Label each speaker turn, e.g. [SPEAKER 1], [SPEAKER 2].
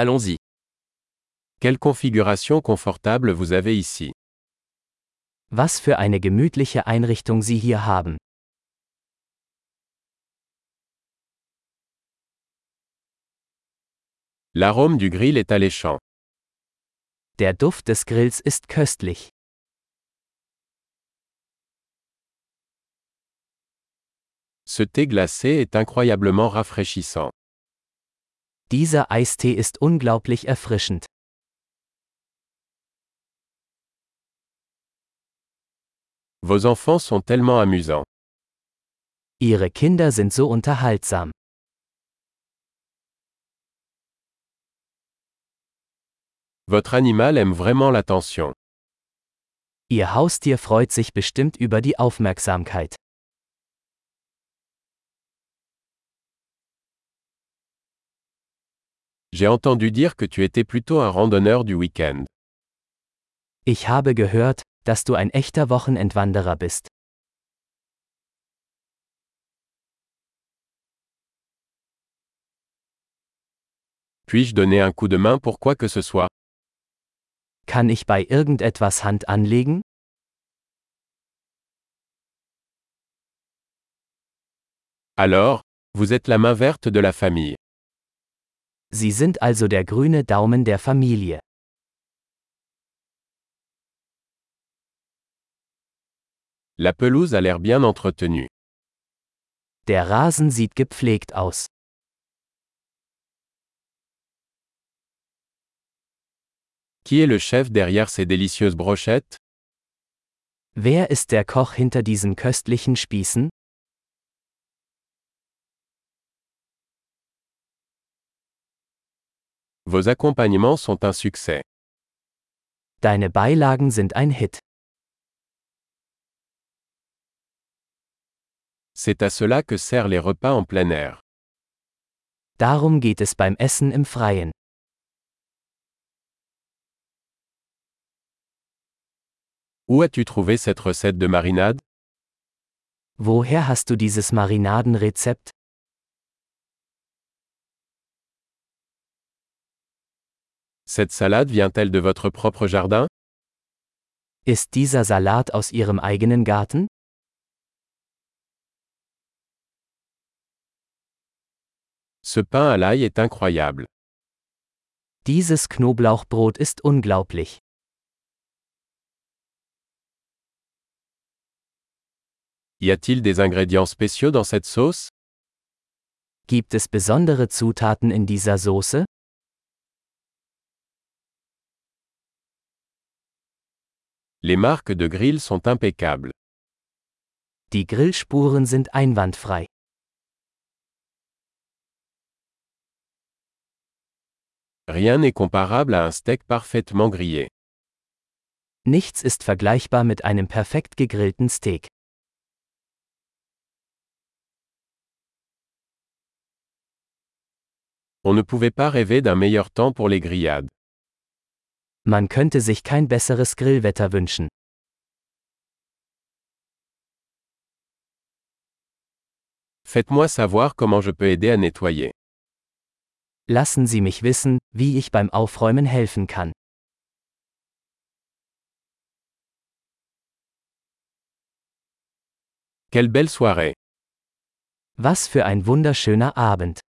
[SPEAKER 1] Allons-y.
[SPEAKER 2] Quelle configuration confortable vous avez ici.
[SPEAKER 3] Was für eine gemütliche Einrichtung Sie hier haben.
[SPEAKER 2] L'arôme du grill est alléchant.
[SPEAKER 3] Der Duft des Grills ist köstlich.
[SPEAKER 2] Ce thé glacé est incroyablement rafraîchissant.
[SPEAKER 3] Dieser Eistee ist unglaublich erfrischend.
[SPEAKER 2] Vos enfants sont tellement amusants.
[SPEAKER 3] Ihre Kinder sind so unterhaltsam.
[SPEAKER 2] Votre animal aime vraiment l'attention.
[SPEAKER 3] Ihr Haustier freut sich bestimmt über die Aufmerksamkeit.
[SPEAKER 2] J'ai entendu dire que tu étais plutôt un randonneur du week-end.
[SPEAKER 3] Ich habe gehört, dass du ein echter Wochenendwanderer bist.
[SPEAKER 2] Puis-je donner un coup de main pour quoi que ce soit
[SPEAKER 3] Kann ich bei irgendetwas Hand anlegen?
[SPEAKER 2] Alors, vous êtes la main verte de la famille.
[SPEAKER 3] Sie sind also der grüne Daumen der Familie.
[SPEAKER 2] La pelouse a l'air bien entretenue.
[SPEAKER 3] Der Rasen sieht gepflegt aus.
[SPEAKER 2] Qui est le chef derrière ces délicieuses brochettes
[SPEAKER 3] Wer ist der Koch hinter diesen köstlichen Spießen?
[SPEAKER 2] Vos accompagnements sont un succès.
[SPEAKER 3] Deine Beilagen sind ein Hit.
[SPEAKER 2] C'est à cela que servent les repas en plein air.
[SPEAKER 3] Darum geht es beim Essen im Freien.
[SPEAKER 2] Où as-tu trouvé cette recette de marinade
[SPEAKER 3] Woher hast du dieses Marinadenrezept?
[SPEAKER 2] Cette salade vient-elle de votre propre jardin
[SPEAKER 3] Ist dieser Salat aus Ihrem eigenen Garten?
[SPEAKER 2] Ce pain à l'ail est incroyable.
[SPEAKER 3] Dieses Knoblauchbrot ist unglaublich.
[SPEAKER 2] Y a-t-il des ingrédients spéciaux dans cette sauce
[SPEAKER 3] Gibt es besondere Zutaten in dieser Soße?
[SPEAKER 2] Les marques de grill sont impeccables.
[SPEAKER 3] Die Grillspuren sind einwandfrei.
[SPEAKER 2] Rien n'est comparable à un steak parfaitement grillé.
[SPEAKER 3] Nichts ist vergleichbar mit einem perfekt gegrillten Steak.
[SPEAKER 2] On ne pouvait pas rêver d'un meilleur temps pour les grillades.
[SPEAKER 3] Man könnte sich kein besseres Grillwetter wünschen.
[SPEAKER 2] Faites-moi savoir comment je peux aider à nettoyer.
[SPEAKER 3] Lassen Sie mich wissen, wie ich beim Aufräumen helfen kann.
[SPEAKER 2] Quelle belle soirée
[SPEAKER 3] Was für ein wunderschöner Abend.